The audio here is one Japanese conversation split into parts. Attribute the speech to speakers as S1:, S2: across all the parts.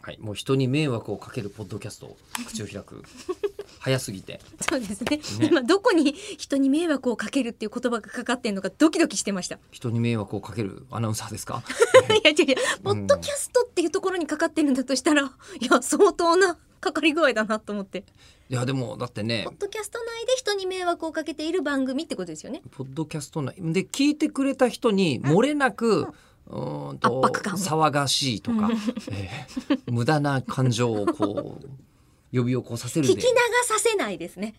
S1: はい、もう人に迷惑をかけるポッドキャスト口を開 く早すぎて
S2: そうですね
S1: ね
S2: 今どこに人に迷惑をかけるっていう言葉がかかってんのかドキドキしてましたい
S1: 人に迷惑をかけるアナウンサーです か
S2: や違う違うポッドキャストっていうところにかかってるんだとしたらいや相当なかかり具合だなと思って
S1: いやでもだってね
S2: ポッドキャスト内で人に迷惑をかけている番組ってことですよね
S1: ポッドキャスト内で聞いてくれた人に漏れなくうーんと
S2: 圧迫感を
S1: 騒がしいとか、えー無駄な感情をこう呼び起こさせる
S2: 聞き
S1: で
S2: 流させないですね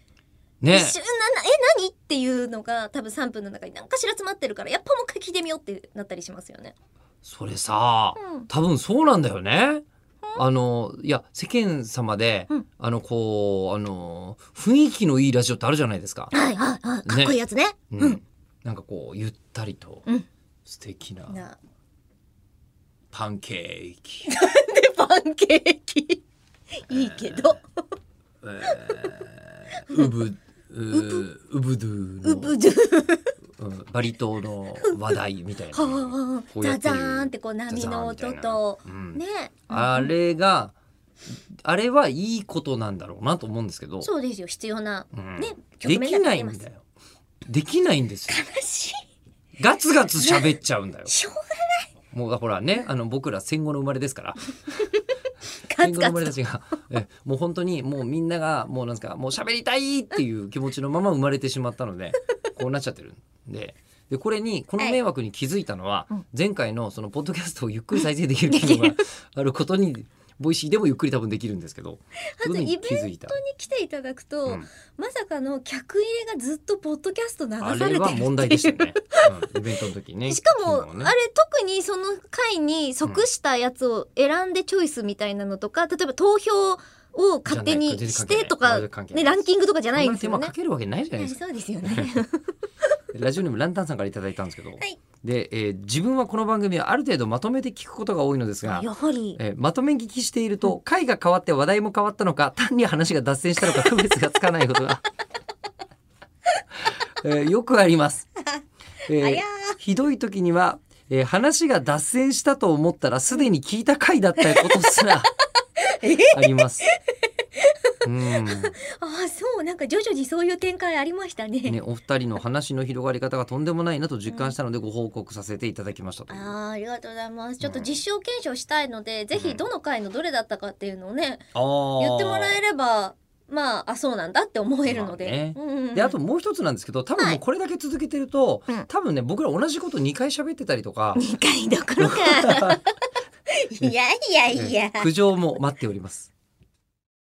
S1: ね
S2: 一瞬ななえ何っていうのが多分3分の中に何かしら詰まってるからやっぱもう一回聞いてみようってなったりしますよね
S1: それさ、
S2: うん
S1: 多分そうなんだよね。あのいや世間様で、
S2: うん
S1: あのこうあの雰囲気のいいラジオってあるじゃないですか。
S2: はいはいはいかっこいいやつね
S1: うん
S2: うん
S1: なんかこうゆったりと、
S2: うん
S1: 素敵な
S2: な
S1: パンケー キ。
S2: でパンケーキいいけど
S1: えー、ウブうウブドゥ
S2: う
S1: の
S2: ぶず
S1: うんバリ島の話題みたい
S2: はあ
S1: な。
S2: は
S1: こ
S2: あ
S1: うや
S2: ザ
S1: って
S2: ザ
S1: る
S2: ーンってこう波の音と
S1: ザザーンみた
S2: ね
S1: あれがあれはいいことなんだろうなと思うんですけど、
S2: そうですよ必要な
S1: うん
S2: ね
S1: で
S2: 局面
S1: き
S2: が
S1: な
S2: 出
S1: い
S2: てま
S1: ん
S2: す
S1: だよ。できないんですよ。
S2: 悲しい
S1: ガツガツ喋っちゃうんだよ。
S2: しょう
S1: もうほらね、あの僕ら戦後の生まれですから、戦後の
S2: がない
S1: 生まれたちが、えもう本当にもうみんながもうなんですか、もう喋りたいっていう気持ちのまま生まれてしまったの で、こうなっちゃってるんで。でこれにこの迷惑に気づいたのは
S2: うん
S1: 前回のそのポッドキャストをゆっくり再生できる機 能があることにボイシーでもゆっくり多分できるんですけど
S2: あと
S1: そういう
S2: イ
S1: ことに気づ
S2: ベン
S1: いた
S2: トに来ていただくと、
S1: うん
S2: まさかの客入れがずっとポッドキャスト流
S1: あ
S2: されてるって
S1: れ
S2: いう
S1: は問題でしたね、うんイベントの時ね
S2: しかも、
S1: 昨日ね
S2: あれ特にその回に即したやつを選んでチョイスみたいなのとか、例えば投票を勝手にしてとか、
S1: じゃない全然関係ない
S2: ね、ランキングとかじゃない
S1: こん
S2: で
S1: な手
S2: すよ
S1: 間
S2: ね
S1: か。けるわけないじゃないで
S2: はい
S1: すか
S2: そうですよね。
S1: ラジオネームランタンさんからいただいたんですけど、
S2: い
S1: で、えー自分はこの番組はある程度まとめて聞くことが 多いのですが、
S2: やはり。
S1: えーまとめ聞きしていると回が変わって話題も変わったのか単に話が脱線したのか区別がつかないこと が、えーよくあります。えー
S2: あや
S1: ひどい時には、えー話が脱線したと思ったらすでに聞いた回だったことすらあり ます。うん
S2: ーああ、そう、なんか徐々にそういう展開ありましたね。
S1: ね、お二人の話の広がり方がとんでもないなと実感したのでご報告させていただきましたという、
S2: あーありがとうございます。ちょっと実証検証したいので、ぜひどの回のどれだったかっていうのをね、言ってもらえれば、まあ、あ、そうなんだって思えるの
S1: まあね
S2: で。うんうん
S1: であともう一つなんですけど多分もうこれだけ続けてると、
S2: はいうん
S1: 多分ね僕ら同じこと2回喋ってたりと か、
S2: 2回どころか。いやいやいや。
S1: 苦情も待っております